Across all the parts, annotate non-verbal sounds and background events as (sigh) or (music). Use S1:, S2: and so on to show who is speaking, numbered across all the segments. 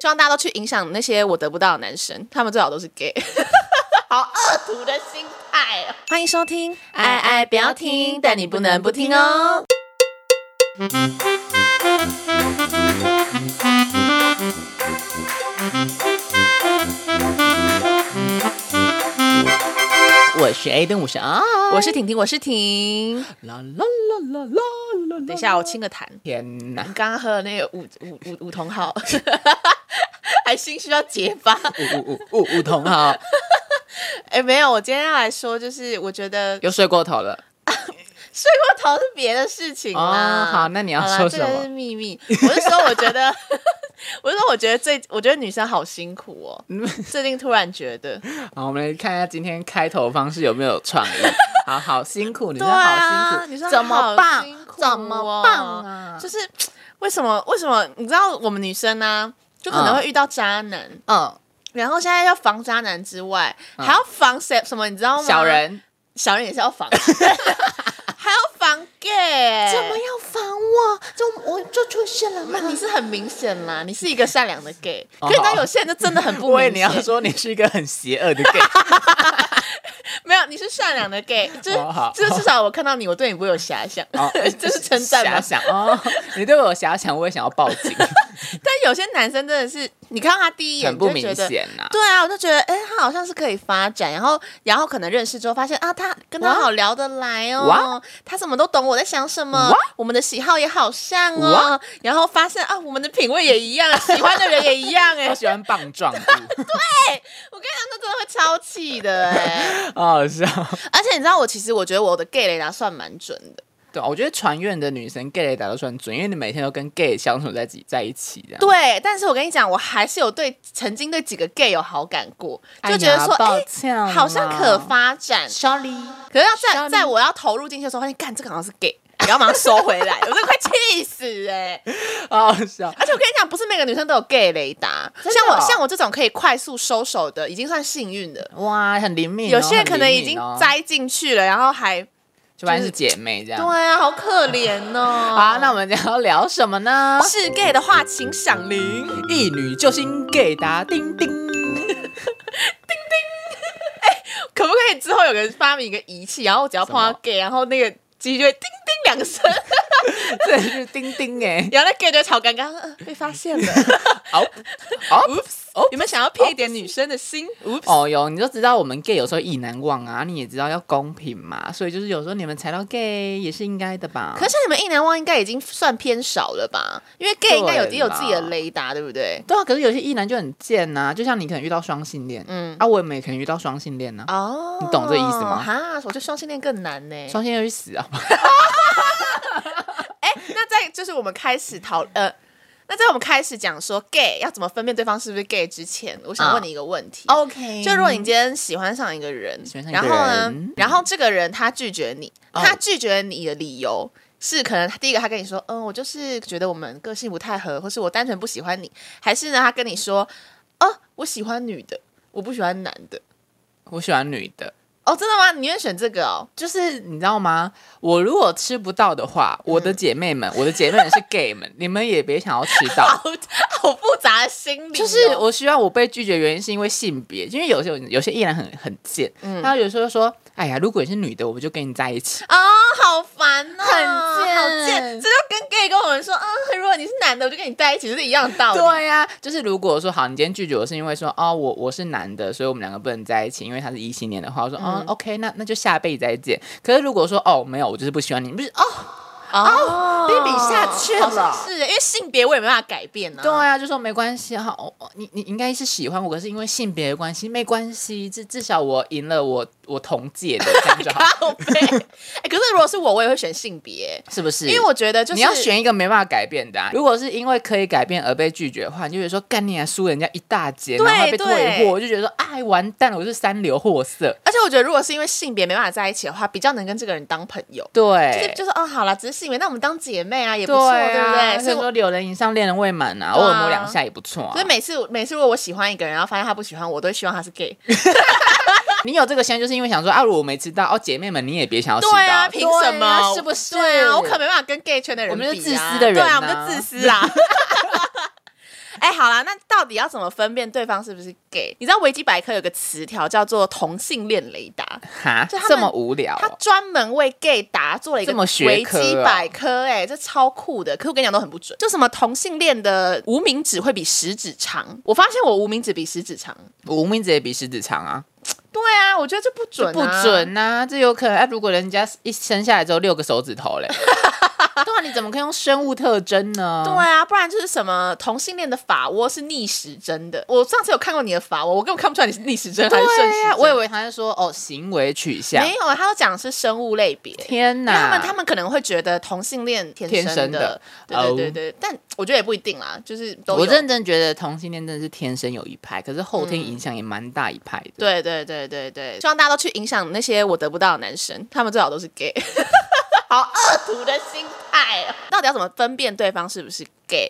S1: 希望大家都去影响那些我得不到的男生，他们最好都是 gay。好恶毒的心态、哦！ (laughs) 欢迎收听《爱爱不要听》，但你不能不听哦。
S2: 我是 A 灯，我是啊，
S1: 我是婷婷，我是婷。
S2: 啦啦啦啦啦啦啦！
S1: 等一下，我清个痰。
S2: 天
S1: 你
S2: 哪，
S1: 刚刚喝的那个五五五五同号， (laughs) 还心虚要结巴。
S2: 五五五五五同好，
S1: (laughs) 哎、没有，我今天要来说，就是我觉得
S2: 又睡过头了。
S1: 睡过头是别的事情啦。
S2: 哦好那你要
S1: 好啦
S2: 说
S1: 这个
S2: 什么
S1: 是秘密。我是说，我觉得， (laughs) 我是说，我觉得最，我觉得女生好辛苦 (laughs) 哦。最近突然觉得，
S2: 好，我们来看一下今天开头方式有没有创意。好好辛苦，你真的
S1: 对
S2: 好
S1: 啊
S2: 辛苦，
S1: 你说
S2: 怎么
S1: 好
S2: 棒
S1: 辛苦？哦
S2: 怎么棒啊？
S1: 就是为什么？为什么？你知道我们女生呢、就可能
S2: 嗯
S1: 会遇到渣男，
S2: 嗯，
S1: 然后现在要防渣男之外，还要防谁？什么？你知道吗？
S2: 小，人
S1: 小人也是要防， (laughs) 还要防 gay。
S3: 怎么要烦我？就我就出现了吗
S1: 那？你是很明显啦，你是一个善良的 gay，
S2: 哦
S1: 可是当有些人就真的很不
S2: 我以为
S1: 明
S2: 你要
S1: 显。
S2: 说你是一个很邪恶的 gay，
S1: 没有，你是善良的 gay，就是
S2: 哦好
S1: 就是至少我看到你，我对你不会有遐想 (laughs)
S2: 哦，
S1: 这是称赞
S2: 遐
S1: 吗？
S2: 想哦，你对我有遐想，我也想要报警，
S1: 但有些男生真的是，你看到他第一眼
S2: 很不
S1: 你就
S2: 明
S1: 觉得。
S2: 显呐。
S1: 对啊，我就觉得，哎、他好像是可以发展，然后，然后可能认识之后发现啊，他跟他
S2: 哇
S1: 好聊得来哦
S2: 哇，
S1: 他什么都懂我在想什么
S2: 哇，
S1: 我们的喜好也好像哦
S2: 哇，
S1: 然后发现啊，我们的品味也一样，喜欢的人也一样，
S2: (laughs)
S1: 哎
S2: 我，喜欢棒
S1: (laughs)
S2: 状物，
S1: 我跟你讲，那真的会超气的，哎。
S2: (laughs) 好好笑。
S1: 而且你知道，我其实我觉得我的 gay 雷达算蛮准的。
S2: 对啊，我觉得船院的女生 gay 雷达都算准，因为你每天都跟 gay 相处在一起在一起这样。
S1: 对，但是我跟你讲，我还是有对曾经对几个 gay 有好感过，
S2: 哎
S1: 就
S2: 呀
S1: 觉得说，哎、
S2: 抱歉啦
S1: 好像可发展。
S2: ，sorry，
S1: 可是要在在我要投入进去的时候，发现干这个好像是 gay，然 (laughs) 后马上收回来，我真的快气死哎、
S2: 好好笑。
S1: 而且我跟你讲，不是每个女生都有 gay 雷达，
S2: 真的
S1: 像我
S2: 哦
S1: 像我这种可以快速收手的，已经算幸运的。
S2: 哇，很灵敏哦、
S1: 有些人可能
S2: 很
S1: 已
S2: 灵
S1: 经
S2: 敏哦，哎
S1: 栽进去了，然后还
S2: 就发现是姐妹这样。
S1: 对啊，好可怜
S2: (laughs)
S1: 哦。
S2: 啊，那我们今天要聊什么呢？
S1: 是 gay 的话，请响铃。
S2: 一女救星 gay 达叮 (laughs) 叮，
S1: 可不可以之后有个人发明一个仪器，然后我只要碰到
S2: 什么
S1: gay，然后那个机就会叮叮两声， (laughs)
S2: 这是叮叮哎、
S1: 然后那 gay 就会超尴尬，呃被发现了。
S2: (laughs) 好，好。
S1: Oops，你们想要骗一点女生的心？Oops，
S2: 哦哟，你就知道我们 gay 有时候意难忘啊，你也知道要公平嘛，所以就是有时候你们踩到 gay 也是应该的吧。
S1: 可是你们一男忘应该已经算偏少了吧？因为 gay
S2: 对
S1: 应该有
S2: 啦
S1: 也有自己的雷达，对不对？
S2: 对啊，可是有些异男就很贱呐、就像你可能遇到双性恋，
S1: 嗯
S2: 嗯，啊，我也可能遇到双性恋呐、啊
S1: 哦，
S2: 你懂这意思吗
S1: 哈，我觉得双性恋更难呢。
S2: 双性恋去死啊！
S1: 哎，那在就是我们开始讨呃。那在我们开始讲说 gay 要怎么分辨对方是不是 gay 之前，我想
S2: 啊
S1: 问你一个问题。
S2: (laughs) OK，
S1: 就如果你今天喜欢上一个人，
S2: 嗯喜欢上一
S1: 然
S2: 个
S1: 后
S2: 人嗯
S1: 呢，然后这个人他拒绝你，
S2: 哦
S1: 他拒绝你的理由是可能第一个他跟你说，嗯，我就是觉得我们个性不太合，或是我单纯不喜欢你，还是呢他跟你说，哦，我喜欢女的，我不喜欢男的。
S2: 我喜欢女的，
S1: 哦，真的吗？你愿意选这个哦？ (laughs)
S2: 就是你知道吗？我如果吃不到的话，
S1: 嗯
S2: 我的姐妹们，我的姐妹们是 gay
S1: (laughs)
S2: 们，你们也别想要吃到。
S1: 好好复杂的心理哦、
S2: 就是我希望我被拒绝，原因是因为性别，因为有些有些依然很很贱，
S1: 嗯
S2: 他有时候说：“哎呀，如果你是女的，我就跟你在一起。
S1: 啊、好烦哦，
S2: 很贱
S1: 好贱，这就跟 gay 跟我们说，啊、如果你是男的，我就跟你在一起，就是一样的”道理。
S2: 对呀、就是如果说好，你今天拒绝我是因为说哦，我我是男的，所以我们两个不能在一起，因为他是一七年的话，
S1: 嗯
S2: 我说哦，OK，那那就下辈子再见。可是如果说哦，没有，我就是不喜欢你，不是哦，
S1: 哦
S2: 比比下去了
S1: 好像是因为性别我也没办法改变啊。
S2: 对啊，就说没关系哈，哦，哦你你应该是喜欢我，可是因为性别的关系，没关系，至至少我赢了我我同届的，这样就
S1: (laughs)
S2: 好，
S1: 靠背。哎、可是如果是我，我也会选性别、
S2: 是不是？
S1: 因为我觉得就是
S2: 你要选一个没办法改变的、啊，如果是因为可以改变而被拒绝的话，你就觉得说干你还啊输人家一大截，
S1: 对
S2: 然后还被退
S1: 对
S2: 货，我就觉得说哎完蛋了，我是三流货色。
S1: 而且我觉得如果是因为性别没办法在一起的话，比较能跟这个人当朋友。就是
S2: 对，
S1: 就是哦，好了，只是性别，那我们当姐妹啊，也不
S2: 对
S1: 错，
S2: 啊，
S1: 对不对？
S2: 所
S1: 所以
S2: 以说
S1: 我，
S2: 柳人以上恋人未满啊，
S1: 对
S2: 偶
S1: 啊
S2: 尔摸两下也不错
S1: 所以
S2: 啊。
S1: 每次每次如果我喜欢一个人，然后发现他不喜欢我，我都会希望他是 gay。
S2: 你有这个心，就是因为想说啊，如果我没吃到哦，姐妹们你也别想要吃到，
S1: 对啊，凭什
S2: 对啊
S1: 么？
S2: 是不是？
S1: 对啊，我可没办法跟 gay 圈的人
S2: 我
S1: 比、啊， (laughs)
S2: 们是自私的人
S1: 对啊，
S2: 啊
S1: 我们就自私啊。哎、好啦，那到底要怎么分辨对方是不是 gay？你知道维基百科有个词条叫做同性恋雷达，
S2: 哈
S1: 就他，们
S2: 这么无聊
S1: 它
S2: 哦，
S1: 专门为 gay 答做了一个
S2: 这么学
S1: 维
S2: 科啊
S1: 基百科、哎，这超酷的。可是我跟你讲都很不准，就什么同性恋的无名指会比食指长，我发现我无名指比食指长。
S2: 无名指也比食指长啊，
S1: 对啊，我觉得这不准、啊
S2: 不。准呐、这有可能。啊、如果人家一生下来之后六个手指头
S1: (laughs)
S2: 嘞，对啊，你怎么可以用生物特征呢？
S1: 对啊，不然就是什么同性恋的法窝是逆时针的。我上次有看过你的法窝，我根本看不出来你是逆时针还
S2: 对
S1: 是顺时
S2: 呀、
S1: 针。
S2: 我以为他是说哦行为取向，
S1: 没有，啊他都讲的是生物类别。
S2: 天
S1: 因为他
S2: 哪，
S1: 们他们可能会觉得同性恋天
S2: 天
S1: 生
S2: 生
S1: 的哦
S2: 的，
S1: 对对对对，但我觉得也不一定啦，就是都有
S2: 我认真觉得同性恋真的是天生有一派，可是后天影响也蛮大一派的。
S1: 嗯对对对对对，希望大家都去影响那些我得不到的男生，他们最好都是 (laughs) gay，好恶毒的心态、哦。到底要怎么分辨对方是不是 gay？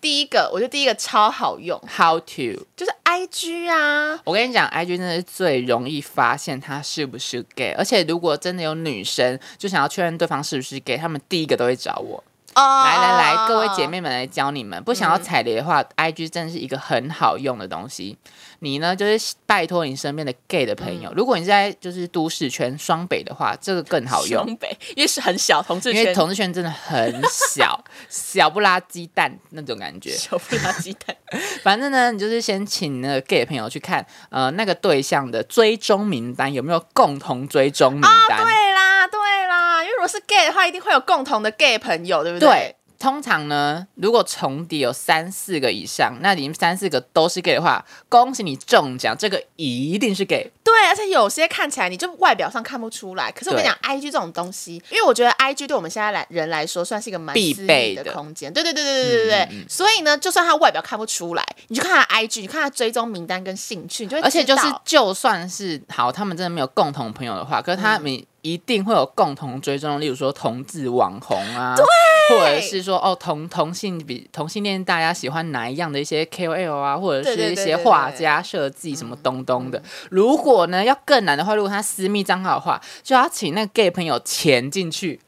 S1: 第一个，我觉得第一个超好用，
S2: How to？
S1: 就是 I G 啊，
S2: 我跟你讲，IG 真的是最容易发现他是不是 gay，而且如果真的有女生就想要确认对方是不是 gay，他们第一个都会找我。
S1: 哦
S2: 来来来，各位姐，妹们来教你们，不想
S1: 嗯
S2: 要踩雷的话、i g 真的是一个很好用的东西。你呢，就是拜托你身边的 gay 的朋友，
S1: 嗯
S2: 如果你是在就是都市圈双北的话，这个更好用。
S1: 东北，因为是很小同志
S2: 因为
S1: 圈，
S2: 同志圈真的很小， (laughs) 小不拉鸡蛋那种感觉。
S1: 小不拉鸡蛋，
S2: 反正呢，你就是先请那个 gay 的朋友去看，呃，那个对象的追踪名单有没有共同追踪名单。
S1: 对啦对啦，因为如果是 gay 的话，一定会有共同的 gay 朋友，对不
S2: 对，通常呢，如果重叠有三四个以上，那你们三四个都是 gay 的话，恭喜你中奖，这个一定是 gay。
S1: 对，而且有些看起来你就外表上看不出来，可是我跟你讲，IG 这种东西，因为我觉得 IG 对我们现在来人来说算是一个蛮
S2: 必
S1: 私密
S2: 备
S1: 的
S2: 的嗯
S1: 空间，对对对对对对对对。所以呢，就算他外表看不出来，你就看他的 IG，你看他追踪名单跟兴趣，你就会
S2: 而且
S1: 知
S2: 就
S1: 道
S2: 是，就算是好，他们真的没有共同朋友的话，可是
S1: 嗯
S2: 他们一定会有共同追踪，例如说同志网红啊，对，或者是说哦同同性比同性恋大家喜欢哪一样的一些 KOL 啊，或者
S1: 对对对
S2: 是一
S1: 对
S2: 些
S1: 对
S2: 画
S1: 对嗯
S2: 家设计什么东东的。如果呢要更难的话，如果他私密账号的话，就要请那个 gay 朋友潜
S1: (laughs)
S2: 进去。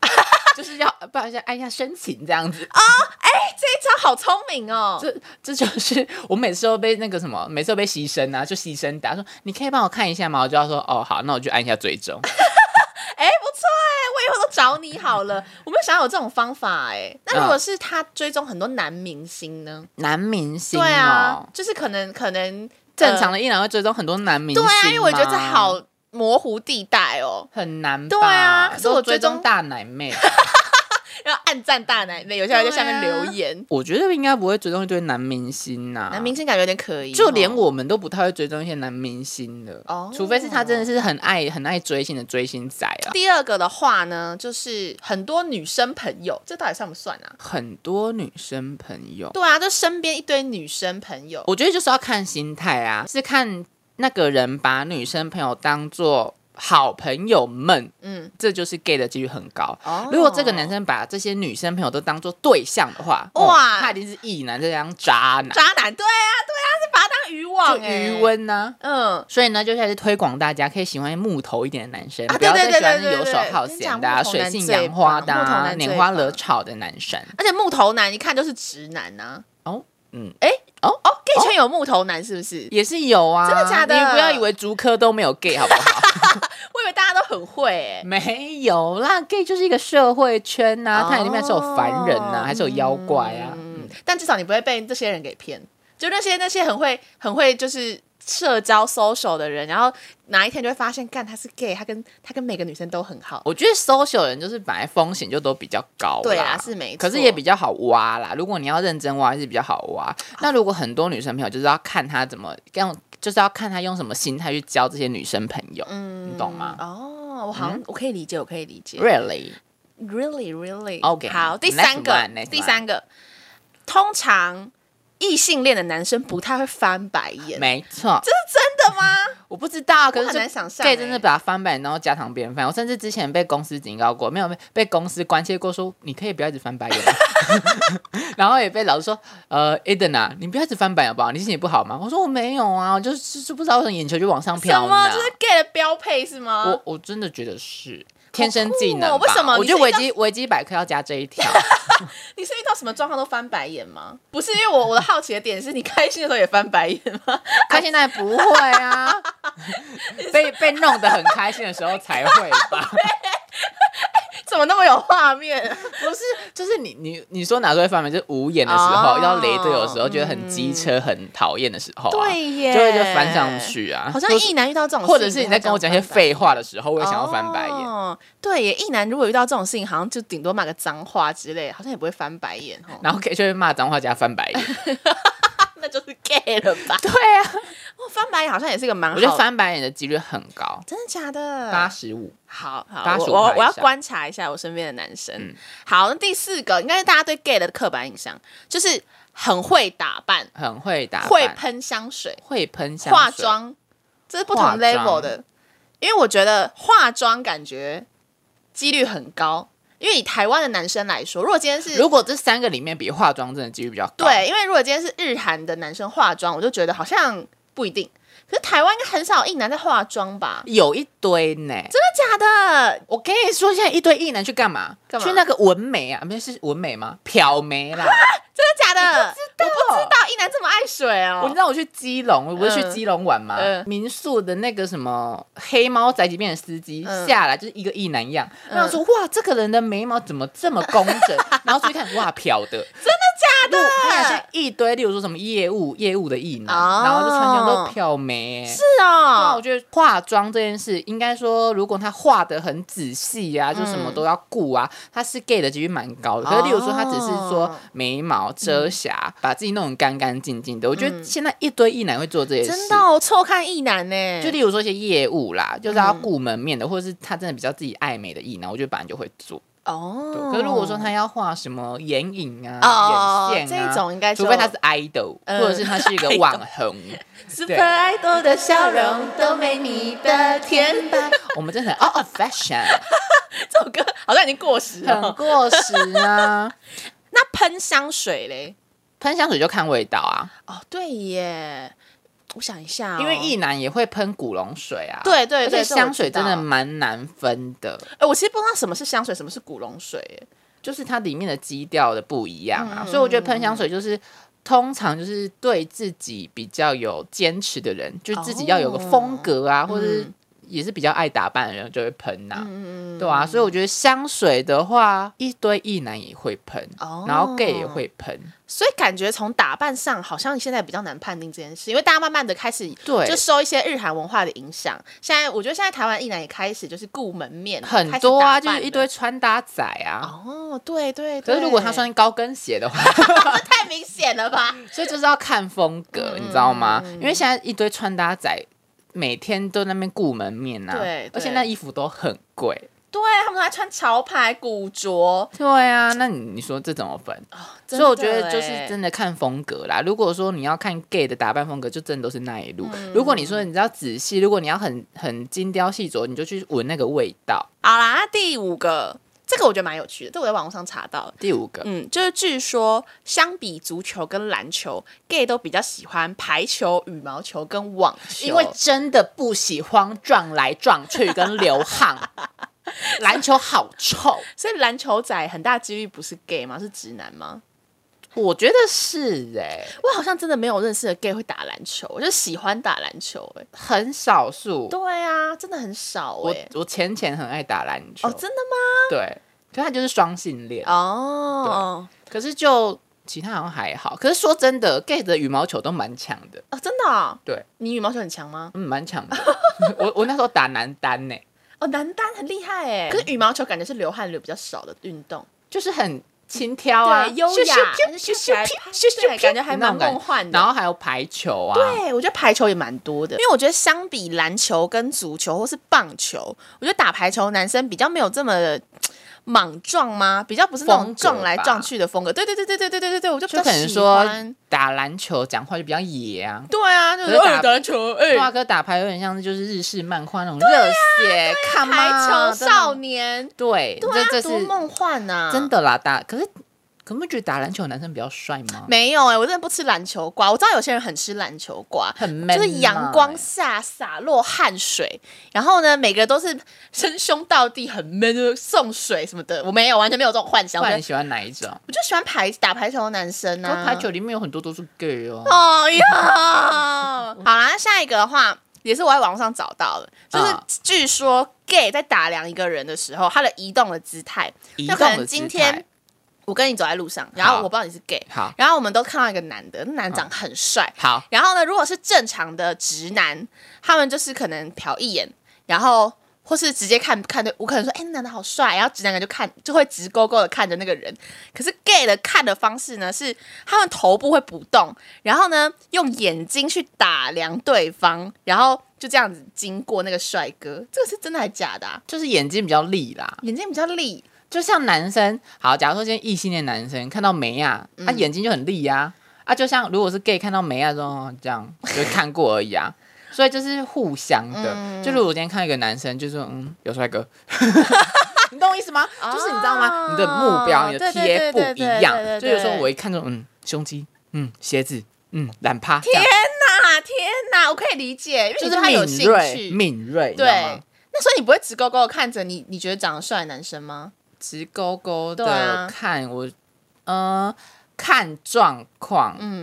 S2: 就是要不好意思按一下申请这样子，
S1: 哎，这好聪明哦，
S2: 这这就是 (laughs) 我每次都被那个什么，每次都被牺牲啊，就牺牲打说你可以帮我看一下吗？我就要说哦好，那我就按一下追踪。
S1: 哎，不错哎，我以后都找你好
S2: (laughs)
S1: 了。我没有想到有这种方法哎。那如果是他追踪很多男明星呢？
S2: 男明星、哦、
S1: 对啊，就是可能可能
S2: 正常
S1: 的、
S2: 的一男会追踪很多男明
S1: 呃对
S2: 星
S1: 啊，
S2: 吗、
S1: 因为我觉得这好模糊地带哦。
S2: 很难吧。
S1: 对啊可是我
S2: 都
S1: 追
S2: 追
S1: 踪
S2: 踪大奶妹， (laughs)
S1: 要暗赞大奶妹，有些人在下面
S2: 对啊
S1: 留言。
S2: 我觉得应该不会追踪一堆男明星呐、
S1: 男明星感觉有点可疑，
S2: 啊就连
S1: 哦
S2: 我们都不太会追踪一些男明星的，
S1: 哦
S2: 除非是他真的是很爱很爱追星的追星仔啊。
S1: 第二个的话呢，就是很多女生朋友，这到底算不算啊？
S2: 很多女生朋友，
S1: 对啊，就身边一堆女生朋友，
S2: 我觉得就是要看心态啊，是看那个人把女生朋友当做好朋友们，
S1: 嗯，
S2: 这就是 gay 的几率很高。
S1: 哦
S2: 如果这个男生把这些女生朋友都当做对象的话，
S1: 哇
S2: 哇，他一定是异男，这样渣男，
S1: 渣男，对啊，对啊，是把他当渔网、
S2: 就
S1: 欸，
S2: 余，温呢、
S1: 嗯。
S2: 所以呢，就是还是推广大家可以喜欢木头一点的男生，
S1: 啊
S2: 不要
S1: 对对
S2: 再喜欢
S1: 对对
S2: 游手
S1: 对
S2: 好
S1: 跟你
S2: 闲
S1: 讲
S2: 的、啊、
S1: 木头男
S2: 水性
S1: 最
S2: 杨花
S1: 棒
S2: 的、
S1: 木头
S2: 啊、
S1: 男最
S2: 拈花惹
S1: 棒
S2: 草的男生。
S1: 而且木头男一看就是直男呐、
S2: 哦，嗯，
S1: 哎、哦
S2: 哦
S1: 哦，gay 圈有木头男是不是？
S2: 也是有啊，
S1: 真的假的
S2: 你不要以为竹科都没有 gay 好不好？
S1: 我以为大家都很会哎、
S2: 没有啦，gay 就是一个社会圈呐、它里面还是有凡人呐、
S1: 哦
S2: 还是有妖怪啊。
S1: 嗯，但至少你不会被这些人给骗。就那些那些很会很会就是社交 social 的人，然后哪一天就会发现，干他是 gay，他跟他跟每个女生都很好。
S2: 我觉得 social 人就是本来风险就都比较高啦，
S1: 对啦，是没错。
S2: 啊可是也比较好挖啦。如果你要认真挖，还是比较好
S1: 啊
S2: 挖。那如果很多女生朋友，就是要看她怎么用，就是要看她用什么心态去交这些女生朋友，你懂吗、
S1: 嗯哦，我好
S2: 嗯
S1: 像、我可以理解，我可以理解。
S2: r e a l l y
S1: Really, really.
S2: OK，
S1: 好，第
S2: next
S1: 三个
S2: one, next
S1: 第三个，通常异性恋的男生不太会翻白眼，
S2: 没错，
S1: 这是真的吗？
S2: 我不知道，可是
S1: 很
S2: 就
S1: 难想象
S2: gay
S1: 欸
S2: 真的把它翻版，然后家常便饭。我 (laughs) 甚至之前被公司警告过，没有被被公司关切过说，你可以不要一直翻白眼吗。 (laughs) 然后也被老师说，呃，Eden 啊，你不要一直翻白眼好不好？你心情不好吗？我说我没有啊，我就是就是不知道为什么眼球就往上
S1: 什
S2: 飘呢
S1: 么？这是 gay 的标配是吗？
S2: 我我真的觉得是，天生技能吧。
S1: 好酷哦为什么
S2: 我
S1: 你
S2: 觉得
S1: 是
S2: 维
S1: 一个
S2: 基维基百科要加这一条。 (laughs)
S1: 你是遇到什么状况都翻白眼吗？不是，因为我我的好奇的点是你开心的时候也翻白眼吗？ (laughs)
S2: 他现在不会啊，被被弄得很开心的时候才会吧？
S1: 怎么那么有画面啊？
S2: 不是，就是你你你说哪时候会翻白眼？就是无眼的时候，
S1: 哦
S2: 遇到雷队友的时候，觉得很机车、很讨厌的时候、啊，
S1: 对耶
S2: 就会就翻上去啊。
S1: 好像
S2: 或是
S1: 异男遇到这种事情，
S2: 或者是你在跟我讲一些
S1: 废。
S2: 废话的时候，我也想要翻白眼。
S1: 哦、对耶，一男如果遇到这种事情，好像就顶多骂个脏话之类，好像也不会翻白眼哦。
S2: (laughs) 然后可以就会骂脏话加翻白
S1: (laughs)
S2: 眼，
S1: 那就是 gay 了吧？
S2: 对啊，
S1: (laughs) 哦，翻白眼好像也是个蛮好嗯
S2: 我
S1: 的，
S2: 觉得翻白眼的几率很高，
S1: 真的假的？
S2: 八十五。
S1: 好好，
S2: 八
S1: 我
S2: 十五
S1: 我
S2: 趴以
S1: 我要
S2: 下嗯
S1: 观察一下我身边的男生。好，那第四个应该是大家对 gay 的刻板印象，就是很会打扮，
S2: 很会打扮，
S1: 会喷香水、
S2: 会喷香水
S1: 化，妆，这是不同
S2: 化妆
S1: level 的。因为我觉得化妆感觉几率很高，因为以台湾的男生来说，如果今天是
S2: 如果这三个里面比化妆真的几率比较高，，
S1: 对，因为如果今天是日韩的男生化妆，我就觉得好像不一定。可是台湾应该很少有一男在化妆吧？
S2: 有一堆呢。
S1: 真的假的？
S2: 我跟你说，现在一堆异男去干嘛？
S1: 干嘛
S2: 去那个纹眉啊？没是纹眉吗？漂眉啦。
S1: 真的假的？我不知
S2: 道
S1: 道一男这么爱水哦。
S2: 我知道我去基隆，我不是去
S1: 嗯
S2: 基隆玩嘛，
S1: 嗯
S2: 民宿的那个什么黑猫宅急便的司机、
S1: 嗯
S2: 下来就是一个异男样，
S1: 嗯
S2: 然后说哇，这个人的眉毛怎么这么工
S1: (laughs)
S2: 整？然后注意看，哇，漂的，真的假的？一堆，例如说什么业务业务的异男，
S1: 哦
S2: 然后就穿上都漂眉、欸。
S1: 是
S2: 那
S1: 哦
S2: 我，觉得化妆这件事，应该说，如果他画的很仔细
S1: 嗯
S2: 啊，就什么都要顾啊，他是 gay 的几率蛮高的。可是，例如说，他只是说
S1: 哦
S2: 眉毛遮瑕，把自己弄得干干净净的。我觉得现在一堆异男会做这些
S1: 嗯
S2: 事，
S1: 真的、哦，我错看一男呢，
S2: 就例如说一些业务啦，就是要顾门面的，或者是他真的比较自己爱美的异男，我觉得本来就会做。对
S1: 哦。
S2: 可是如果说他要画什么眼影啊、
S1: 哦
S2: 眼线啊，
S1: 这种应该就
S2: 除非他是 idol，、
S1: 嗯
S2: 或者是他是一
S1: (laughs)
S2: 个网红。
S1: super idol 的笑容都没你的甜吧，
S2: (laughs) 我们真的很哦哦
S1: (laughs)
S2: fashion
S1: (laughs) 这首歌好像已经过时
S2: 很
S1: 了。
S2: 过时啊。
S1: 那喷香水嘞？
S2: 喷香水就看味道啊，
S1: 哦，对耶，我想一下哦、
S2: 因为一男也会喷古龙水啊。
S1: 对对
S2: 而且
S1: 对，这我
S2: 香水
S1: 知道
S2: 真的蛮难分的，
S1: 哎、我其实不知道什么是香水，什么是古龙水耶。
S2: 就是它里面的基调的不一样
S1: 嗯
S2: 啊，所以我觉得喷香水就是。通常就是对自己比较有坚持的人，就自己要有个
S1: 哦
S2: 风格啊，或者是
S1: 嗯
S2: 也是比较爱打扮的人就会喷呐、对啊，所以我觉得香水的话，一堆异男也会喷，
S1: 哦
S2: 然后 gay 也会喷，
S1: 所以感觉从打扮上，好像现在比较难判定这件事，因为大家慢慢的开始
S2: 对
S1: 就受一些日韩文化的影响。现在我觉得现在台湾一男也开始就是顾门面，
S2: 很
S1: 开始
S2: 多啊，
S1: 打
S2: 就
S1: 扮
S2: 是一
S1: 了
S2: 堆穿搭仔啊。
S1: 哦，对对
S2: 可
S1: 对。
S2: 是如果他穿高跟鞋的话，
S1: 太明显了吧？
S2: 所以就是要看风格，你知道吗？因为现在一堆穿搭仔每天都在那边顾门面啊，
S1: 对对
S2: 而且那衣服都很贵。
S1: 对啊他们都还穿潮牌古着，
S2: 对啊，那你你说这怎么分？所以我觉得就是真的看风格啦。如果说你要看 gay 的打扮风格，就真的都是那一路。如果你说你知道仔细，如果你要很很精雕细琢，你就去闻那个味道。
S1: 好啦，那第五个，这个我觉得蛮有趣的，这我在网络上查到的。
S2: 第五个，
S1: 嗯，就是据说相比足球跟篮球，gay 都比较喜欢排球、羽毛球跟网球，
S2: 因为真的不喜欢撞来撞去跟流汗，篮球好臭。
S1: 所以篮球仔很大几率不是 gay 吗？是直男吗？
S2: 我觉得是哎、
S1: 我好像真的没有认识的 gay 会打篮球，我就喜欢打篮球、欸。
S2: 很少数。
S1: 对啊，真的很少哎、
S2: 我我前前很爱打篮球，
S1: 哦，真的吗？
S2: 对，可是他就是双性恋，
S1: 哦，
S2: 可是就其他好像还好。可是说真的，gay 的羽毛球都蛮强的，
S1: 哦，真的、哦。
S2: 对，
S1: 你羽毛球很强吗？
S2: 嗯，蛮强
S1: (laughs)
S2: 的。我我那时候打男单呢、
S1: 哦，男单很厉害哎、可是羽毛球感觉是流汗流比较少的运动，
S2: 就是很轻佻啊，
S1: 对，优雅，但是看起来对，感觉还蛮梦幻的。
S2: 然后还有排球啊，
S1: 对，我觉得排球也蛮多的，因为我觉得相比篮球跟足球或是棒球，我觉得打排球男生比较没有这么莽撞吗？比较不是那种
S2: 风格
S1: 撞来
S2: 吧
S1: 撞去的风格。对对对对对对对对对，我就比
S2: 就
S1: 较
S2: 可能
S1: 喜
S2: 说
S1: 欢。
S2: 打篮球讲话就比较野啊。
S1: 对啊，就是
S2: 可是打
S1: 哎篮球，哎
S2: 对啊，哥打牌有点像是就是日式漫画那种热血，看
S1: 啊排球少
S2: 女，
S1: 年，
S2: 对，
S1: 对啊，
S2: 这这
S1: 多
S2: 是
S1: 梦幻呐、啊！
S2: 真的啦，打可是可不觉得打篮球的男生比较帅吗？
S1: 没有哎、我真的不吃篮球瓜。我知道有些人很吃篮球瓜，
S2: 很 man
S1: 就是阳光
S2: 嘛
S1: 下洒落汗水，然后呢，每个人都是称兄道弟，很 man，就是送水什么的。我没有，完全没有这种幻想。
S2: 不
S1: 我
S2: 然
S1: 觉
S2: 你
S1: 得
S2: 喜欢哪一种？
S1: 我就喜欢排打排球的男生
S2: 可
S1: 啊，
S2: 排球里面有很多都是 gay 哦。
S1: 哦
S2: (laughs)
S1: 哟，好啦，下一个的话也是我在网络上找到的，就是
S2: 啊
S1: 据说 gay 在打量一个人的时候，他的移动的姿态，
S2: 移
S1: 就
S2: 动
S1: 可
S2: 的
S1: 能
S2: 姿
S1: 今
S2: 态
S1: 天。我跟你走在路上，然后
S2: 好
S1: 我不知道你是 gay，
S2: 好
S1: 然后我们都看到一个男的，那男的长得很帅，
S2: 好，
S1: 然后呢，如果是正常的直男，他们就是可能瞟一眼，然后或是直接看看对，我可能说，哎、那男的好帅，然后直男就看就会直勾勾的看着那个人。可是 gay 的看的方式呢，是他们头部会不动，然后呢用眼睛去打量对方，然后就这样子经过那个帅哥，这个是真的还假的、啊？
S2: 就是眼睛比较利啦，
S1: 眼睛比较利，
S2: 就像男生，好，假如说今天异性恋男生看到梅亚，
S1: 嗯
S2: 他、眼睛就很利呀、啊，就像如果是 gay 看到梅亚这种这样，就看过而已啊。 (laughs) 所以就是互相的，
S1: 嗯
S2: 就如果我今天看到一个男生，就说嗯有帅
S1: (laughs)
S2: 哥，你懂我意思吗？就是你知道吗？你的目标、你的
S1: 哦对对对
S2: 贴不
S1: 对对
S2: 一
S1: 对对
S2: 样，就有时候
S1: 对
S2: 我一看就嗯胸肌，嗯鞋子，嗯懒趴，这
S1: 天
S2: 样
S1: 哪，啊天哪，我可以理解，因为你
S2: 就是
S1: 对他啊有兴
S2: 敏锐
S1: 趣，
S2: 敏锐，你知道吗
S1: 对。那所以你不会直勾勾的看着你你觉得长得帅的男生吗？
S2: 直勾勾
S1: 对啊
S2: 的看我，呃，看
S1: 嗯
S2: 状况。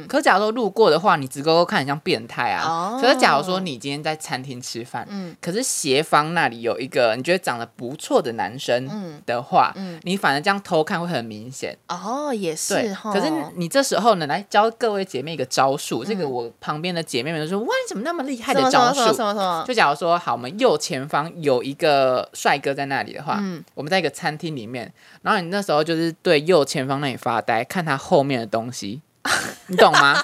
S2: 嗯，可假如说路过的话，你直勾勾看，很像变态啊。
S1: 哦
S2: 可是假如说你今天在餐厅吃饭，
S1: 嗯
S2: 可是斜方那里有一个你觉得长得不错的男
S1: 嗯
S2: 生的话，
S1: 嗯
S2: 你反而这样偷看会很明显。
S1: 哦，也
S2: 对
S1: 是，哈。
S2: 可是你这时候呢，来教各位姐妹一个招数。这个我旁边的姐妹们都说：“哇，你怎么那么厉害
S1: 嗯什
S2: 的
S1: 么什
S2: 招
S1: 么什么
S2: 数
S1: 什？”么什么？
S2: 就假如说，好，我们右前方有一个帅哥在那里的话，
S1: 嗯
S2: 我们在一个餐厅里面，然后你那时候就是对右前方那里发呆，看他后面的东西， (laughs) 你懂吗？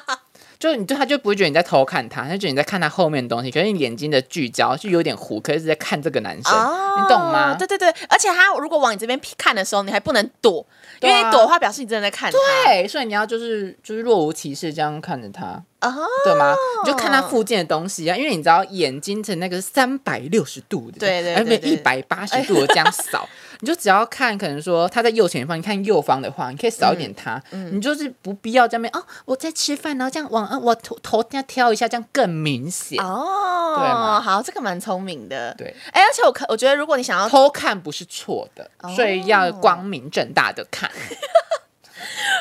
S2: 就你就他就不会觉得你在偷看他，他就觉得你在看他后面的东西，可是你眼睛的聚焦就有点糊，可是是在看这个男生，
S1: 哦
S2: 你懂吗？
S1: 对对对，而且他如果往你这边看的时候，你还不能躲，因
S2: 对啊
S1: 为你躲的话，表示你真的在看他。
S2: 对，所以你要就是就是若无其事这样看着他，
S1: 哦，
S2: 对吗？你就看他附近的东西啊，因为你知道眼睛的那个三百六十度的，
S1: 对对
S2: 哎没有
S1: 对
S2: 一
S1: 对
S2: 百八十度的这样扫， (laughs) 你就只要看，可能说他在右前方，你看右方的话，你可以扫一点他，
S1: 嗯
S2: 你就是不必要这样面哦，我在吃饭，然后这样往呃我头头这样挑一下，这样更明显。对
S1: 哦
S2: 嘛，
S1: 好，这个蛮聪明的。
S2: 对，
S1: 哎，而且我可我觉得，如果你想要，
S2: 偷看不是错的，所以要
S1: 哦
S2: 光明正大的看。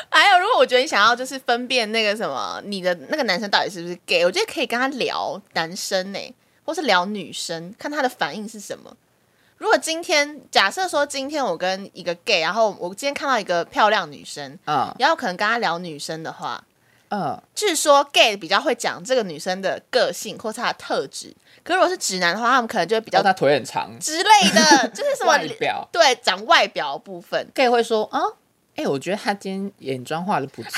S1: 还有如果我觉得你想要就是分辨那个什么，你的那个男生到底是不是 gay，我觉得可以跟他聊男生呢、或是聊女生，看他的反应是什么。如果今天假设说今天我跟一个 gay，然后我今天看到一个漂亮女生，
S2: 嗯
S1: 然后可能跟他聊女生的话，
S2: 嗯，
S1: 据说 gay 比较会讲这个女生的个性或是她的特质，可如果是直男的话，他们可能就会比
S2: 然
S1: 较
S2: 后他哦腿很长
S1: 之类
S2: (laughs)
S1: 的，就是什么
S2: 外表
S1: 对讲外表部分，
S2: ，gay 会说啊。哎、我觉得他今天眼妆画的不错，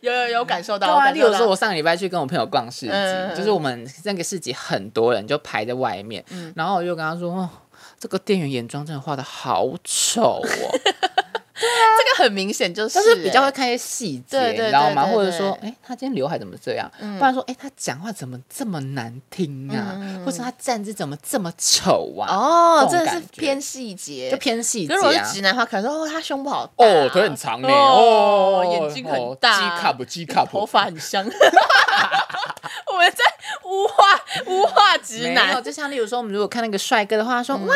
S1: 有有有感受到。
S2: 对啊，
S1: 感
S2: 例
S1: 受
S2: 如
S1: 到
S2: 说，我上个礼拜去跟我朋友逛市集，
S1: 嗯嗯嗯
S2: 就是我们那个市集很多人就排在外面，
S1: 嗯
S2: 然后我就跟他说，哦，这个店员眼妆真的画的好丑哦，
S1: (laughs) 这个很明显就是
S2: 就是比较会
S1: 欸
S2: 看一些细节，
S1: 对对
S2: 你知道吗？
S1: 对对
S2: 或者
S1: 对嗯
S2: 说，哎，他今天刘海怎么这样？不然说，哎，他讲话怎么这么难听啊？或者他站姿怎么这么丑啊？
S1: 嗯哦，
S2: 这
S1: 真
S2: 种
S1: 的是
S2: 感觉
S1: 偏细节，
S2: 就偏细节
S1: 可如果是
S2: 啊
S1: 直。男的话，可能说哦，他胸部好大啊、
S2: 哦，腿很长嘞，
S1: 哦
S2: 哦，
S1: 眼睛很大
S2: 鸡卡不鸡卡不，
S1: 头发很香。 (laughs) 我们在污化污化直
S2: 没有，
S1: 男，嗯
S2: 就像例如说，我们如果看那个帅哥的话，说哇，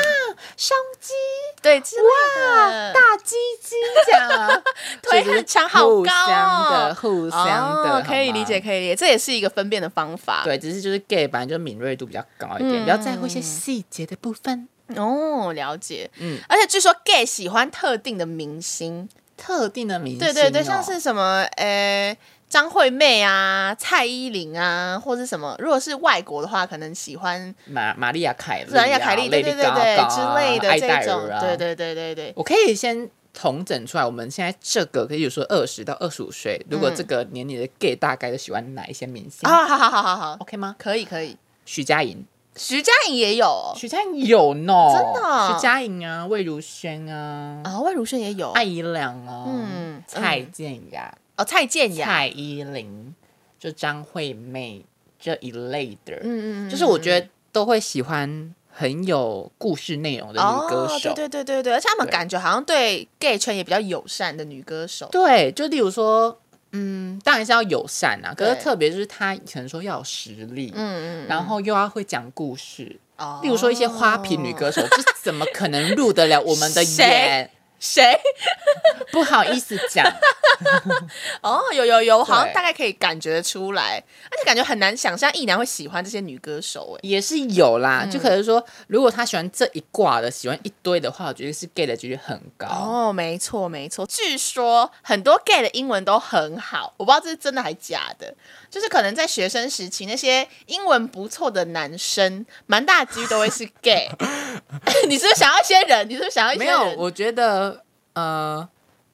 S2: 胸肌
S1: 对之类的，
S2: 大鸡鸡这样啊，
S1: (laughs) 腿很长，好高、哦、
S2: 互相的，互相的，
S1: 哦，可以
S2: 好吗
S1: 理解，。可以理解，这也是一个分辨的方法。
S2: 对，只是就是 gay 本来就敏锐度比较高一
S1: 嗯
S2: 点，比较在乎一些细节的部分。
S1: 哦，了解。嗯
S2: 嗯，
S1: 而且据说 gay 喜欢特定的明星，
S2: 特定的明星哦，
S1: 对对对，像是什么呃张惠妹啊、蔡依林啊，或是什么，如果是外国的话，可能喜欢
S2: 玛玛利亚凯莉啊、
S1: 玛利亚凯莉，对对对
S2: Lady
S1: 对
S2: Gaga 啊
S1: 之类的
S2: 艾
S1: 这
S2: 黛
S1: 种
S2: 尔，啊。
S1: 对，对对对对，
S2: 我可以先。统整出来，我们现在这个，可以说二十到二十五岁，如果这个年龄的 gay 大概都喜欢哪一些明星、
S1: 嗯啊，好好好好好，
S2: o k 吗？
S1: 可以可以，
S2: 徐佳莹，
S1: 徐佳莹也有哦
S2: 徐佳莹有呢，
S1: 真的哦
S2: 徐佳莹啊，魏如萱啊，
S1: 啊，魏如萱也有，
S2: 艾怡良哦，
S1: 嗯
S2: 蔡
S1: 嗯
S2: 健雅、
S1: 哦蔡健雅，
S2: 蔡依林，就张惠妹这一类的，
S1: 嗯嗯嗯，
S2: 就是我觉得都会喜欢很有故事内容的
S1: 哦
S2: 女，歌手。
S1: 对对对对对，而且他们
S2: 对
S1: 感觉好像对 gay 圈也比较友善的女歌手，
S2: 对就例如说，嗯，当然是要友善啊，可是
S1: 对
S2: 特别就是她可能说要有实力，
S1: 嗯嗯，
S2: 然后又要会讲故事。
S1: 哦
S2: 例如说一些花瓶女歌手，这怎么可能入得了我们的
S1: 谁
S2: 眼？
S1: (laughs) 谁？
S2: 不好意思讲，
S1: 哦，有有有，我好像
S2: 对
S1: 大概可以感觉得出来，而且感觉很难想象异男会喜欢这些女歌手，哎，
S2: 也是有啦。就可能说，如果他喜欢这一挂的，喜欢一堆的话，我觉得是 gay 的几率很高。
S1: 哦，没错没错，据说很多 gay 的英文都很好，我不知道这是真的还假的，就是可能在学生时期那些英文不错的男生，蛮大几率都会是 gay。你是不是想要一些人？你是不是想要一些
S2: 没
S1: 人？
S2: 有，我觉得呃，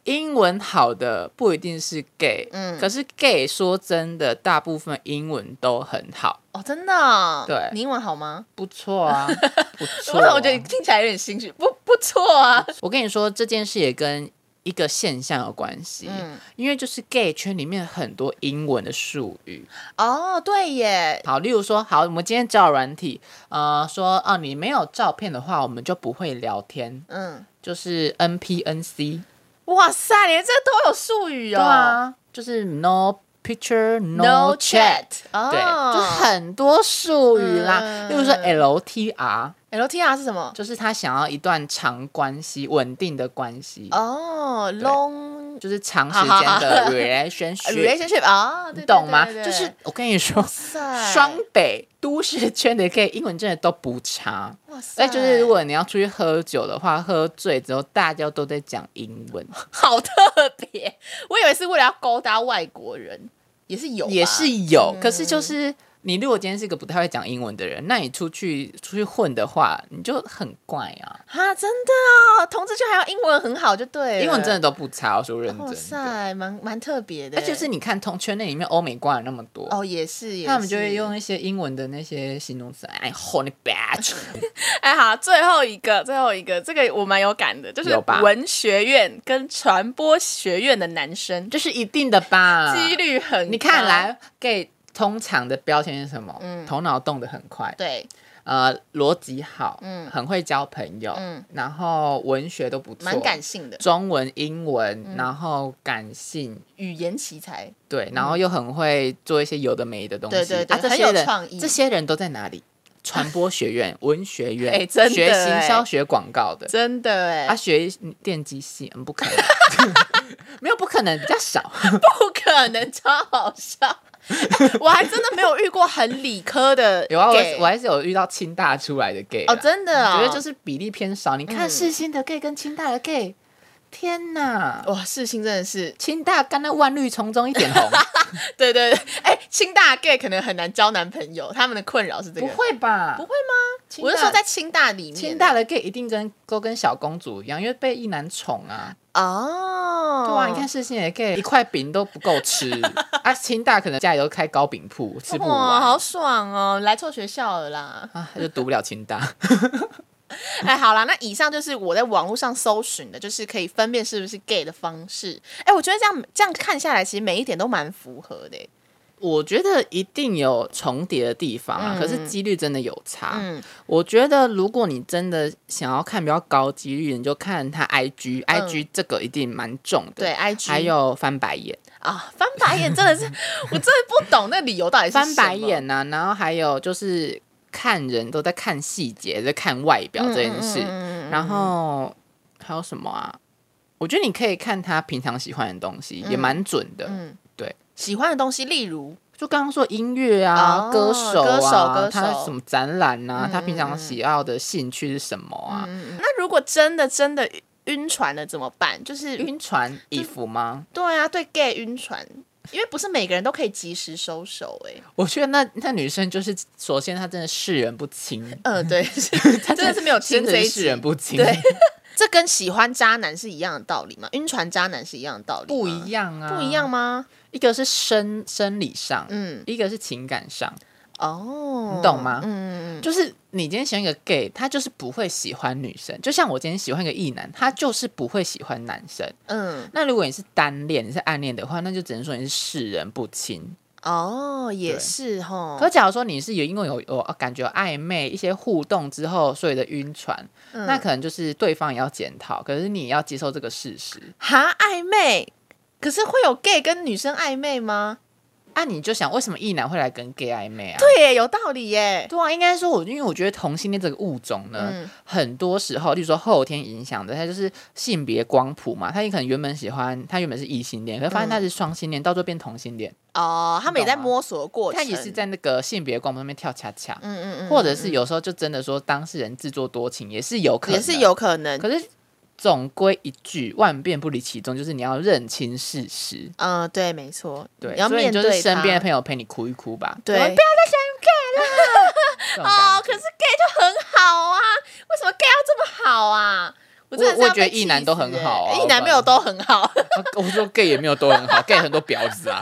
S2: 英文好的不一定是 gay，
S1: 嗯
S2: 可是 gay 说真的，大部分英文都很好，
S1: 哦，真的哦、
S2: 对
S1: 你英文好吗？
S2: 不错啊， (laughs) 不错
S1: 为什
S2: 啊、
S1: 么我觉得你听起来有点心虚？不，不错啊。
S2: 我跟你说，这件事也跟一个现象有关系，
S1: 嗯
S2: 因为就是 gay 圈里面很多英文的术语，
S1: 哦，对耶，
S2: 好，例如说，好，我们今天找软体，呃，说哦，你没有照片的话，我们就不会聊天，
S1: 嗯，
S2: 就是 N P N C，
S1: 哇塞，连这都有术语哦。
S2: 对啊，就是 No Picture
S1: No
S2: No Chat。
S1: chat，哦，
S2: 对，就很多术语啦，
S1: 嗯
S2: 例如说 LTR，
S1: LTR 是什么？
S2: 就是他想要一段长关系、稳定的关系，
S1: 哦，long
S2: 就是长时间
S1: 好好好
S2: 的 relationship，
S1: (laughs) relationship 啊，对
S2: 你懂吗？
S1: 对对对
S2: 就是我跟你说
S1: 哇，塞
S2: 双北都市圈的 gay 英文真的都不差，
S1: 哇塞，
S2: 所以哎就是如果你要出去喝酒的话，喝醉之后大家都在讲英文，
S1: 好特别，我以为是为了要勾搭外国人，也是有吧，嗯
S2: 也是有，可是就是。你如果今天是一个不太会讲英文的人，那你出去出去混的话，你就很怪啊。
S1: 啊，真的啊，同志圈还有英文很好就对了，
S2: 英文真的都不差，我说认
S1: 哇
S2: 真的。
S1: 塞，蛮蛮特别的，欸
S2: 那就是你看同圈内里面欧美瓜有那么多，
S1: 哦，也是，也是
S2: 他们就会用一些英文的那些形容词，哎，honey
S1: (laughs)
S2: badge，
S1: (laughs) 哎，好，最后一个，最后一个，这个我蛮有感的，就是
S2: 有吧
S1: 文学院跟传播学院的男生，
S2: 这是一定的吧？
S1: 几率很高，
S2: 啊
S1: 嗯
S2: 你看来 gay 通常的标签是什么？头脑动得很快，
S1: 对，
S2: 呃，逻辑好，
S1: 嗯
S2: 很会交朋友，
S1: 嗯
S2: 然后文学都不错，
S1: 蛮感嗯性的，
S2: 中文、英文，然后感性。
S1: 语言奇才，
S2: 对，然后又很会做一些有的没的东西，
S1: 嗯对对对
S2: 啊、这
S1: 很
S2: 些
S1: 有
S2: 人
S1: 创意
S2: 这些人都在哪里？传播
S1: (laughs)
S2: 学院、文学院，
S1: 哎真的
S2: 学行
S1: 哎
S2: 销、学广告的，
S1: 真的哎
S2: 啊，学电机系，嗯，不可能，没有不可能，比较少。
S1: (laughs)
S2: (laughs)
S1: 不可能，超好笑。 (laughs) 我还真的没有遇过很理科的 gay，
S2: (laughs) 有啊，我我还是有遇到清大出来的 gay 啦
S1: 哦，真的啊、
S2: 我
S1: 哦，
S2: 觉得就是比例偏少。你看
S1: 嗯
S2: 世新的 gay 跟清大的 gay，天哪！
S1: 哇，世新真的是，
S2: 清大刚那万绿丛中一
S1: (laughs)
S2: 点红，
S1: 对对对，哎、清大 gay 可能很难交男朋友，他们的困扰是这
S2: 不
S1: 个，
S2: 会吧？
S1: 不会
S2: 清大
S1: 我是说在清大里面，
S2: 清大的 gay 一定跟都跟小公主一样，因为被一男宠啊。
S1: 哦，
S2: 对啊，你看世新的 gay 一块饼都不够
S1: (laughs)
S2: 吃啊，清大可能家里都开糕饼铺，吃不
S1: 哇，
S2: 完
S1: 好爽哦，来错学校了啦。 (laughs)
S2: 啊，他就读不了清大。 (laughs)
S1: 哎，好啦，那以上就是我在网络上搜寻的，就是可以分辨是不是 gay 的方式。哎，我觉得这样这样看下来，其实每一点都蛮符合的欸。
S2: 我觉得一定有重叠的地方啊，
S1: 嗯
S2: 可是几率真的有差。
S1: 嗯
S2: 我觉得如果你真的想要看比较高几率，你就看他 IG，IG、IG 这个一定蛮重
S1: 嗯
S2: 的。
S1: 对。，IG
S2: 还有翻白眼，
S1: 啊，翻白眼真的
S2: (laughs)
S1: 是，我真的不懂那理由到底是
S2: 翻白
S1: 什么。
S2: 眼呐、然后还有就是看人都在看细节，在看外表
S1: 嗯
S2: 这件事，然后还有什么啊？我觉得你可以看他平常喜欢的东西，也蛮准的。
S1: 嗯
S2: 对，
S1: 喜欢的东西，例如
S2: 就刚刚说音乐啊、
S1: 哦
S2: 歌手
S1: 歌手
S2: 啊，
S1: 歌手嗯
S2: 他什么展览啊，他平常喜好的兴趣是什么啊？
S1: 那如果真的真的晕船了怎么办？就是
S2: 晕船衣服吗？
S1: 对啊，对 gay 晕船，因为不是每个人都可以及时收手、欸。哎，
S2: 我觉得那那女生就是，首先她真的视人不清，
S1: 嗯、 (laughs) 对，是真的是没有听
S2: 真的
S1: 这一
S2: 是视
S1: 集
S2: 人。不清，
S1: 对，这跟喜欢渣男是一样的道理吗？晕船渣男是一样的道理吗
S2: (laughs) 不一、样啊，
S1: 不一样。吗？
S2: 一个是生生理上，
S1: 嗯，
S2: 一个是情感上，
S1: 哦，
S2: 你懂吗
S1: 嗯嗯嗯，
S2: 就是你今天喜欢一个 gay，他就是不会喜欢女生，就像我今天喜欢一个异男，他就是不会喜欢男生。
S1: 嗯，
S2: 那如果你是单恋，你是暗恋的话，那就只能说你是世人不清。
S1: 哦，也
S2: 对
S1: 是哈。
S2: 可假如说你是有因为有有感觉有暧昧一些互动之后，所以的晕船，
S1: 嗯
S2: 那可能就是对方也要检讨，可是你也要接受这个事实。
S1: 哈暧昧，可是会有 gay 跟女生暧昧吗？
S2: 啊，你就想为什么异男会来跟 gay 暧昧啊？
S1: 对耶，有道理耶。
S2: 对啊，应该说我，因为我觉得同性恋这个物种呢，
S1: 嗯
S2: 很多时候，例如说后天影响的，它就是性别光谱嘛。他也可能原本喜欢，他原本是异性恋，可是
S1: 嗯
S2: 发现他是双性恋，到最后变同性恋，
S1: 哦，他们也在
S2: 你懂吗啊
S1: 摸索过程，
S2: 他也是在那个性别光谱上面跳恰恰，
S1: 嗯，嗯嗯嗯，
S2: 或者是有时候就真的说当事人自作多情，也是有可能，
S1: 也是。有可能。
S2: 可是总归一句，万变不离其宗，就是你要认清事实。
S1: 嗯、对，没错，
S2: 对，
S1: 你要
S2: 所以
S1: 面
S2: 你
S1: 对
S2: 就是身边的
S1: 他
S2: 朋友陪你哭一哭吧。
S1: 对，
S2: 这
S1: 哦，
S2: 种感
S1: 可
S2: 觉
S1: 是 gay 就很好啊，为什么 gay 要这么好啊？我真的是
S2: 我
S1: 要被
S2: 我觉得
S1: 气
S2: 异男都很
S1: 死欸
S2: 好啊
S1: 异男没有都很好，
S2: 我说 gay 也没有都很好，gay 很多婊子啊。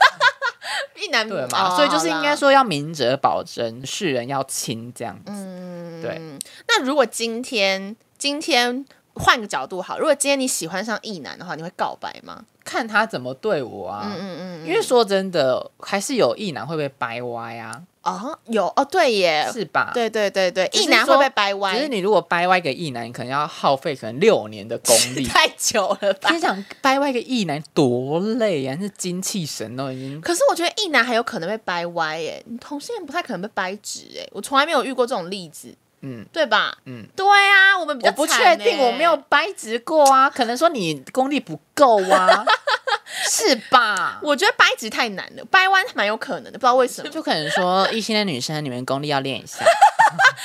S1: 异男
S2: 对嘛？啊
S1: 哦
S2: 所以就是应该，
S1: 好啦
S2: 说要明哲保身，世人要清这样子。
S1: 嗯
S2: 对。
S1: 那如果今天今天换个角度好，如果今天你喜欢上异男的话，你会告白吗？
S2: 看他怎么对我啊。
S1: 嗯嗯嗯，
S2: 因为说真的，还是有异男会被掰歪啊，
S1: 哦有哦对耶，
S2: 是吧？。
S1: 对对对对，
S2: 是
S1: 异男会
S2: 说
S1: 被掰
S2: 只是
S1: 弯，
S2: 你如果掰呃歪一个异男，你可能要耗费可能六年的功 (laughs) 力。
S1: (laughs) 太久了吧？
S2: 你想掰歪一个异男多累啊！那精气神都已经
S1: 可是我觉得异男还有可能被掰歪耶，你同性恋不太可能被掰直哎，我从来没有遇过这种例子，
S2: 嗯
S1: 对吧？
S2: 嗯，
S1: 对啊，我们比较
S2: (laughs) 我不确
S1: 惨
S2: 定，
S1: 欸
S2: 我没有掰直过啊，可能说你功力不够啊， (laughs) 是吧？
S1: 我觉得掰直太难了，掰弯蛮有可能的，不知道为 (laughs) 什么。
S2: 就可能说异性恋女生，你们功力要练一下。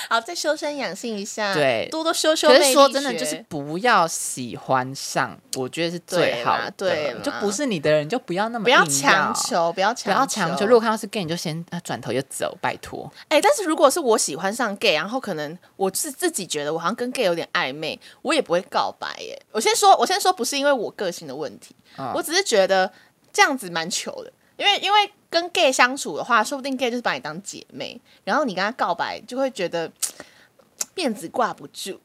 S1: 好，再修身养性一下，
S2: 对
S1: 多多修修魅
S2: 可
S1: 力
S2: 是
S1: 学。
S2: 说真的，就是不要喜欢上，我觉得是最好的。
S1: 对啦对啦
S2: 就不是你的人，就不要那么
S1: 不要
S2: 硬
S1: 强，求，不要
S2: 不
S1: 强，
S2: 要强求。如果。看到是 gay，你就先啊转头就走，拜托。
S1: 哎、但是如果是我喜欢上 gay，然后可能我是自己觉得我好像跟 gay 有点暧昧，我也不会告白耶。我先说，我先说不是因为我个性的问题，
S2: 嗯
S1: 我只是觉得这样子蛮糗的，因为因为跟 gay 相处的话，说不定 gay 就是把你当姐妹，然后你跟他告白，就会觉得面子挂不住。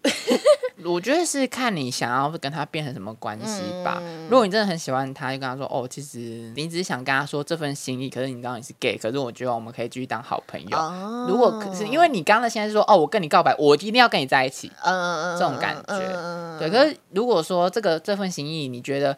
S2: 我觉得是看你想要跟他变成什么关系吧。
S1: 嗯
S2: 如果你真的很喜欢他，就跟他说哦，其实你只是想跟他说这份心意，可是你知道你是 gay，可是我觉得我们可以继续当好朋友。
S1: 哦
S2: 如果可是因为你刚刚的现在是说哦，我跟你告白，我一定要跟你在一起，
S1: 嗯，
S2: 这种感觉
S1: 嗯
S2: 对，可是如果说这个这份心意你觉得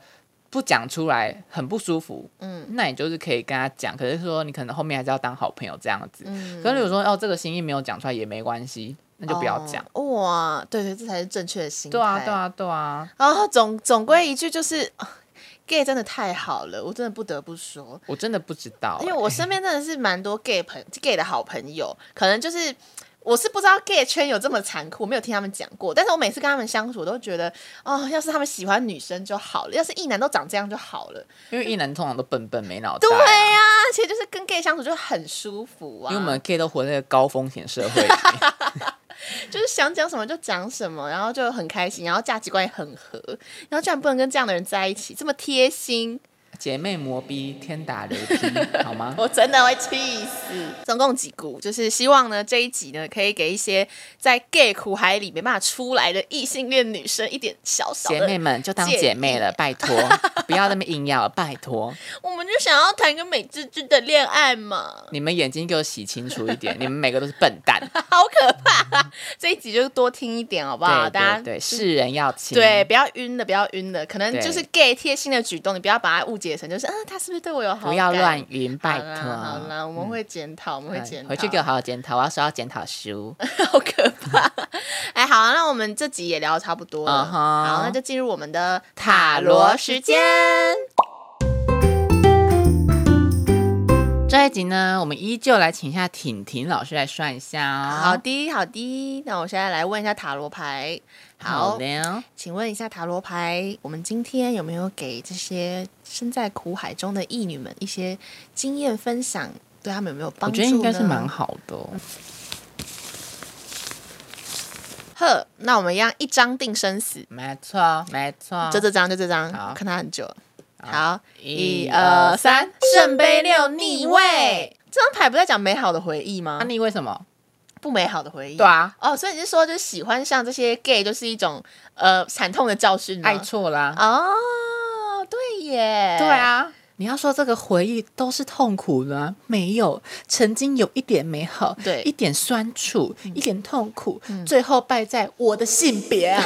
S2: 不讲出来很不舒服，嗯，那你就是可以跟他讲，可是说你可能后面还是要当好朋友这样子。
S1: 嗯
S2: 可是如果说哦这个心意没有讲出来也没关系，那 (laughs) 就不要讲。
S1: 哦哇，对对，这才是正确的心态。
S2: 对啊，对。啊，对啊！
S1: 然后总总归一句就是、啊 gay 真的太好了，我真的不得不说，
S2: 我真的不知道
S1: 因
S2: 欸、
S1: 为我身边真的是蛮多 gay 朋 gay 的好朋友，可能就是。我是不知道 gay 圈有这么残酷，没有听他们讲过。但是我每次跟他们相处，我都觉得，哦，要是他们喜欢女生就好了，要是异男都长这样就好了。
S2: 因为一男通常都笨笨没脑袋
S1: 对
S2: 啊、
S1: 呀、其实就是跟 gay 相处就很舒服啊。
S2: 因为我们 gay 都活在一个高风险社
S1: (laughs)
S2: 会里面
S1: 就是想讲什么就讲什么，然后就很开心，然后价值观也很合，然后居然不能跟这样的人在一起，这么贴心，
S2: 姐妹磨逼，天打雷劈，好
S1: (laughs)
S2: 吗？
S1: 我真的会气死。总共几股，就是希望呢这一集呢可以给一些在 gay 苦海里没办法出来的异性恋女生一点小小
S2: 姐妹
S1: 的。
S2: 们就当
S1: 建
S2: 姐妹了，拜
S1: (laughs)
S2: 托，不要那么硬要，拜托。
S1: 我们就想要谈个美滋滋的恋爱
S2: (laughs)
S1: 嘛，
S2: 你们眼睛给我洗清楚一点，你们每个都是笨
S1: (laughs)
S2: 蛋。
S1: 好可怕、啊！这一集就多听一点好不好？
S2: 对
S1: 大家
S2: 对对，世人要清。
S1: 对，，不要晕了，不要晕了，可能
S2: 对
S1: 就是 gay 贴心的举动，你不要把它误解成就是，啊，他是不是对我有好感？
S2: 不要乱云，拜
S1: 好
S2: 托。
S1: 啦好啦，我们会检讨，我们会
S2: 嗯
S1: 检讨。
S2: 回去给我好好检讨，我要收到检讨书。
S1: 好可怕！哎，好、啊，那我们这集也聊得差不多了。
S2: 嗯哼
S1: 好，那就进入我们的
S2: 塔罗时
S1: 间。
S2: 这一集呢，我们依旧来请一下婷婷老师来算一下哦。
S1: 好的，好的。那我现在来问一下塔罗牌。
S2: 好
S1: 好，
S2: 的，
S1: 请问一下塔罗牌，我们今天有没有给这些身在苦海中的义女们一些经验分享？对他们有没有帮
S2: 我
S1: 助
S2: 觉得应该是
S1: 呢
S2: 蛮好的哦。
S1: 呵，那我们一样一张定生死，
S2: 没错，没错。
S1: 就这张，就这张，
S2: 好
S1: 我看它很久了。好，
S2: 一二三，
S1: 圣杯六逆位。这张牌不在讲美好的回忆吗
S2: 啊，？你为什么？
S1: 不美好的回忆。
S2: 对。啊，
S1: 哦，所以你是说，就是喜欢上这些 gay，就是一种呃惨痛的教训吗？
S2: 爱错啦。
S1: 哦，对耶。
S2: 对，啊，你要说这个回忆都是痛苦的吗？没有，曾经有一点美好，
S1: 对
S2: 一点酸楚，一点痛苦，最后败在我的性别、啊。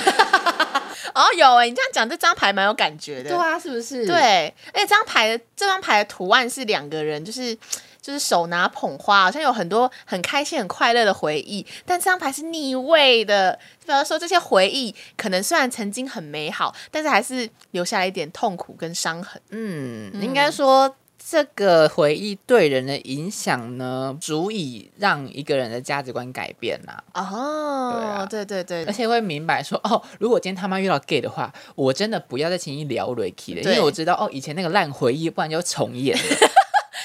S1: 哦，有哎、你这样讲这张牌蛮有感觉的。
S2: (laughs) 对啊，是不是？
S1: 对，而且这张牌的这张牌的图案是两个人，就是就是手拿捧花，好像有很多很开心、很快乐的回忆。但这张牌是逆位的，比方说这些回忆可能虽然曾经很美好，但是还是留下了一点痛苦跟伤痕。
S2: 嗯，应该说这个回忆对人的影响呢，足以让一个人的价值观改变啊啦、
S1: 哦，对对对
S2: 而且会明白说，哦，如果今天他妈遇到 gay 的话，我真的不要再轻易聊 Ricky 了，因
S1: 对
S2: 为我知道哦，以前那个烂回忆，不然就重演。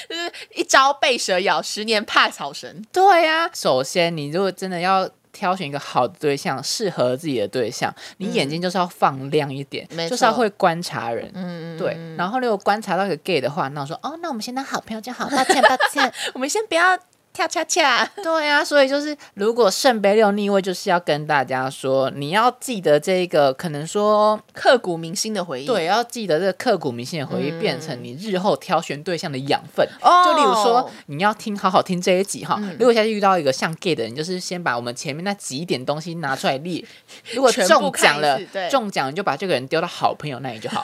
S1: 就是一朝被蛇咬，十年怕草绳。
S2: 对呀、首先你如果真的要。挑选一个好的对象，适合自己的对象，你眼睛就是要放亮一点，
S1: 嗯没
S2: 就是要
S1: 错
S2: 会观察人。
S1: 嗯，
S2: 对，然后如果观察到一个 gay 的话，那我说哦，那我们先当好朋友就好，抱歉抱
S1: (laughs)
S2: 歉。
S1: 我们先不要跳恰恰。
S2: 对呀、所以就是如果圣杯六逆位，就是要跟大家说，你要记得这个，可能说
S1: 刻骨铭心的回忆，
S2: 对，要记得这个刻骨铭心的回忆
S1: 嗯
S2: 变成你日后挑选对象的养分。
S1: 哦嗯
S2: 就例如说，你要听好好听这一集哈。如果下次遇到一个像 gay 的人，就是先把我们前面那几点东西拿出来
S1: (laughs)
S2: 列。如果
S1: 全部
S2: 中
S1: 看一
S2: 奖了
S1: 次对，
S2: 中奖你就把这个人丢到好朋友那里就
S1: (laughs)
S2: 好，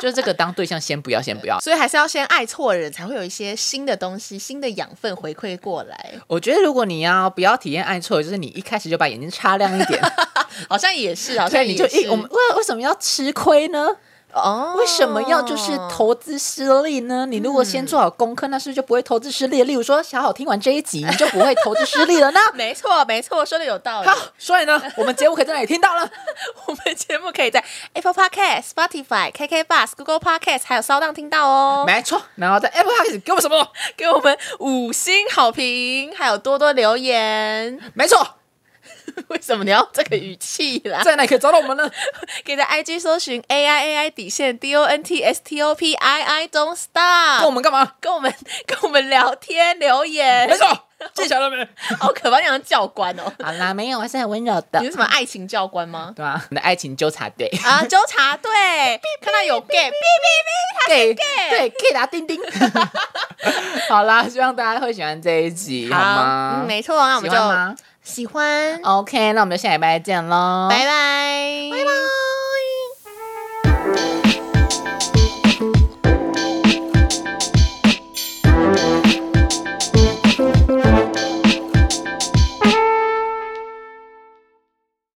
S2: 就是这个当对象先不要，先不要。
S1: 所以还是要先爱错人，才会有一些新的东西、新的养分回馈过来。
S2: 我觉得如果你要不要体验爱错，就是你一开始就把眼睛擦亮
S1: (laughs)
S2: 一点，
S1: 好像也是，好像
S2: 所以你就
S1: 也
S2: 一
S1: 是
S2: 我们为为什么要吃亏呢？
S1: 哦，
S2: 为什么要就是投资失利呢？你如果先做好功课，那是不是就不会投资失利？例如说，小好听完这一集，你就不会投资失利了
S1: (laughs)
S2: 呢？
S1: 没错，没错，说的有道理。
S2: 好，所以呢，我们节目可以在哪里听到呢？
S1: 我们节目可以在 Apple Podcast、Spotify、KK Bus、Google Podcast 还有骚浪听到哦。
S2: 没错，然后在哎 Apple Podcast 给我们什么？
S1: 给我们五星好评，还有多多留言。
S2: 没错， (laughs)
S1: 为什么你要这个语气啦？
S2: 在哪里可以找到我们呢？
S1: 可以在 IG 搜寻 A I A I 底线 D O N T S T O P I I Don't Stop，
S2: 跟我们干嘛？
S1: 跟我们跟我们聊天留言 (laughs)
S2: 没。错，记起来了没？
S1: 好可怕，你好像教官 (laughs) 哦。
S2: 好啦，没有，还是很温柔的
S1: 你是什么爱情教官吗？
S2: (laughs) 对啊吧？你的爱情纠察 (laughs) 队
S1: 啊，纠察 (laughs) 队，看到有 gay，哔哔哔，
S2: ，gay 对 gay 打钉钉。 (laughs) 好啦，希望大家会喜欢这一集，好吗？
S1: 嗯，没错，那我
S2: 喜
S1: 们
S2: 欢吗
S1: 就喜欢，
S2: ？OK，那我们就下礼拜见喽，
S1: 哦拜拜。